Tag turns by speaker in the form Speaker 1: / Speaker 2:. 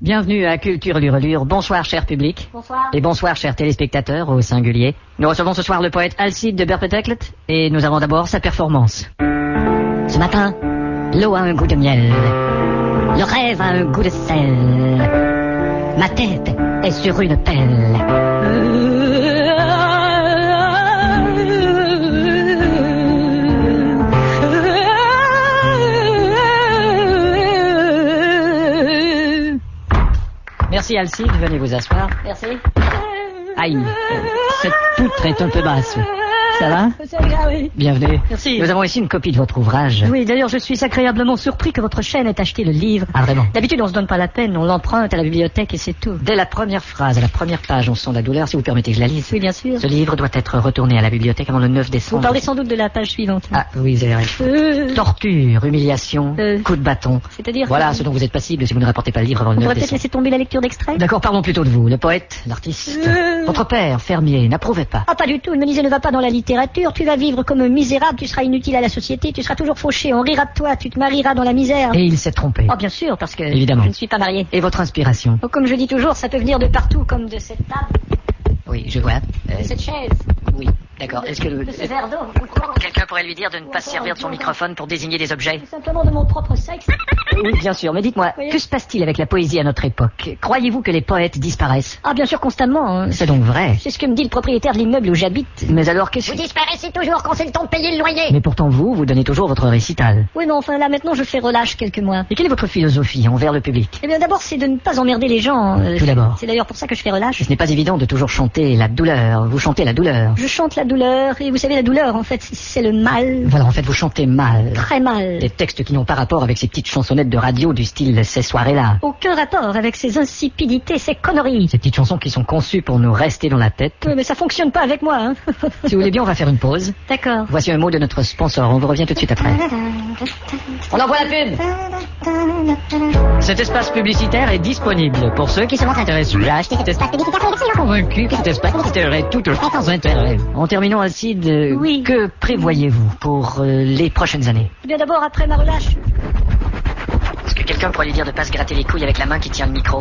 Speaker 1: Bienvenue à Culture Lurelure. Bonsoir, cher public.
Speaker 2: Bonsoir.
Speaker 1: Et bonsoir, chers téléspectateurs au singulier. Nous recevons ce soir le poète Alcide de Berpeteclet et nous avons d'abord sa performance. Ce matin, l'eau a un goût de miel. Le rêve a un goût de sel. Ma tête est sur une pelle. Merci Alcide, venez vous asseoir.
Speaker 2: Merci.
Speaker 1: Aïe, cette poutre est un peu basse. Ça va
Speaker 2: C'est grave, oui.
Speaker 1: Bienvenue.
Speaker 2: Merci.
Speaker 1: Nous avons ici une copie de votre ouvrage.
Speaker 2: Oui, d'ailleurs, je suis agréablement surpris que votre chaîne ait acheté le livre.
Speaker 1: Ah, vraiment
Speaker 2: D'habitude, on se donne pas la peine, on l'emprunte à la bibliothèque et c'est tout.
Speaker 1: Dès la première phrase, à la première page, on sent la douleur. Si vous permettez que je la lise.
Speaker 2: Oui, bien sûr.
Speaker 1: Ce livre doit être retourné à la bibliothèque avant le 9 décembre.
Speaker 2: Vous parlez sans doute de la page suivante.
Speaker 1: Ah oui, vous avez raison.
Speaker 2: Euh,
Speaker 1: Torture, humiliation,
Speaker 2: Euh.
Speaker 1: coup de bâton.
Speaker 2: C'est-à-dire
Speaker 1: Voilà
Speaker 2: que-
Speaker 1: ce dont vous êtes passible si vous ne rapportez pas le livre avant le
Speaker 2: on
Speaker 1: 9
Speaker 2: pourrait peut-être
Speaker 1: décembre.
Speaker 2: laisser tomber la lecture d'extrait
Speaker 1: D'accord, parlons plutôt de vous, le poète, l'artiste.
Speaker 2: Euh.
Speaker 1: Votre père, fermier, n'approuvait pas.
Speaker 2: Ah, pas du tout. Il me disait, ne va pas dans la littérature. Tu vas vivre comme un misérable. Tu seras inutile à la société. Tu seras toujours fauché. On rira de toi. Tu te marieras dans la misère.
Speaker 1: Et il s'est trompé.
Speaker 2: Oh, bien sûr, parce que
Speaker 1: Évidemment.
Speaker 2: je ne suis pas mariée.
Speaker 1: Et votre inspiration
Speaker 2: Donc, comme je dis toujours, ça peut venir de partout, comme de cette table,
Speaker 1: Oui, je vois. Euh,
Speaker 2: de cette chaise,
Speaker 1: oui, d'accord. Est-ce que le...
Speaker 2: de ce verre d'eau. ou encore,
Speaker 1: Quelqu'un pourrait lui dire de ne pas se servir de son microphone pour désigner des objets
Speaker 2: Tout simplement de mon propre sexe.
Speaker 1: Oui, bien sûr. Mais dites-moi,
Speaker 2: Oui.
Speaker 1: que se passe-t-il avec la poésie à notre époque Croyez-vous que les poètes disparaissent
Speaker 2: Ah, bien sûr, constamment. hein.
Speaker 1: C'est donc vrai.
Speaker 2: C'est ce que me dit le propriétaire de l'immeuble où j'habite.
Speaker 1: Mais alors qu'est-ce que...
Speaker 2: disparaissez toujours quand c'est le temps de payer le loyer.
Speaker 1: Mais pourtant vous, vous donnez toujours votre récital.
Speaker 2: Oui, mais enfin, là, maintenant, je fais relâche quelques mois.
Speaker 1: Et quelle est votre philosophie envers le public
Speaker 2: Eh bien, d'abord, c'est de ne pas emmerder les gens. euh,
Speaker 1: Tout d'abord.
Speaker 2: C'est d'ailleurs pour ça que je fais relâche.
Speaker 1: Ce n'est pas évident de toujours chanter la douleur. Vous chantez la douleur.
Speaker 2: Je chante la douleur, et vous savez, la douleur, en fait, c'est le mal,
Speaker 1: Voilà, en fait, vous chantez mal.
Speaker 2: très mal.
Speaker 1: Des textes qui n'ont pas rapport avec ces petites chansonnettes de radio du style Ces soirées-là.
Speaker 2: Aucun rapport avec ces insipidités, ces conneries.
Speaker 1: Ces petites chansons qui sont conçues pour nous rester dans la tête.
Speaker 2: Oui, mais ça fonctionne pas avec moi, hein.
Speaker 1: Si vous voulez bien, on va faire une pause.
Speaker 2: D'accord.
Speaker 1: Voici un mot de notre sponsor. On vous revient tout de suite après. On envoie la pub Cet espace publicitaire est disponible pour ceux qui se intéressés. J'ai acheté cet espace publicitaire convaincu que cet espace publicitaire est tout sans intérêt. En terminant, Alcide, euh,
Speaker 2: Oui.
Speaker 1: que prévoyez-vous pour euh, les prochaines années
Speaker 2: Eh bien, d'abord, après ma relâche,
Speaker 1: Est-ce que quelqu'un pourrait lui dire de pas se gratter les couilles avec la main qui tient le micro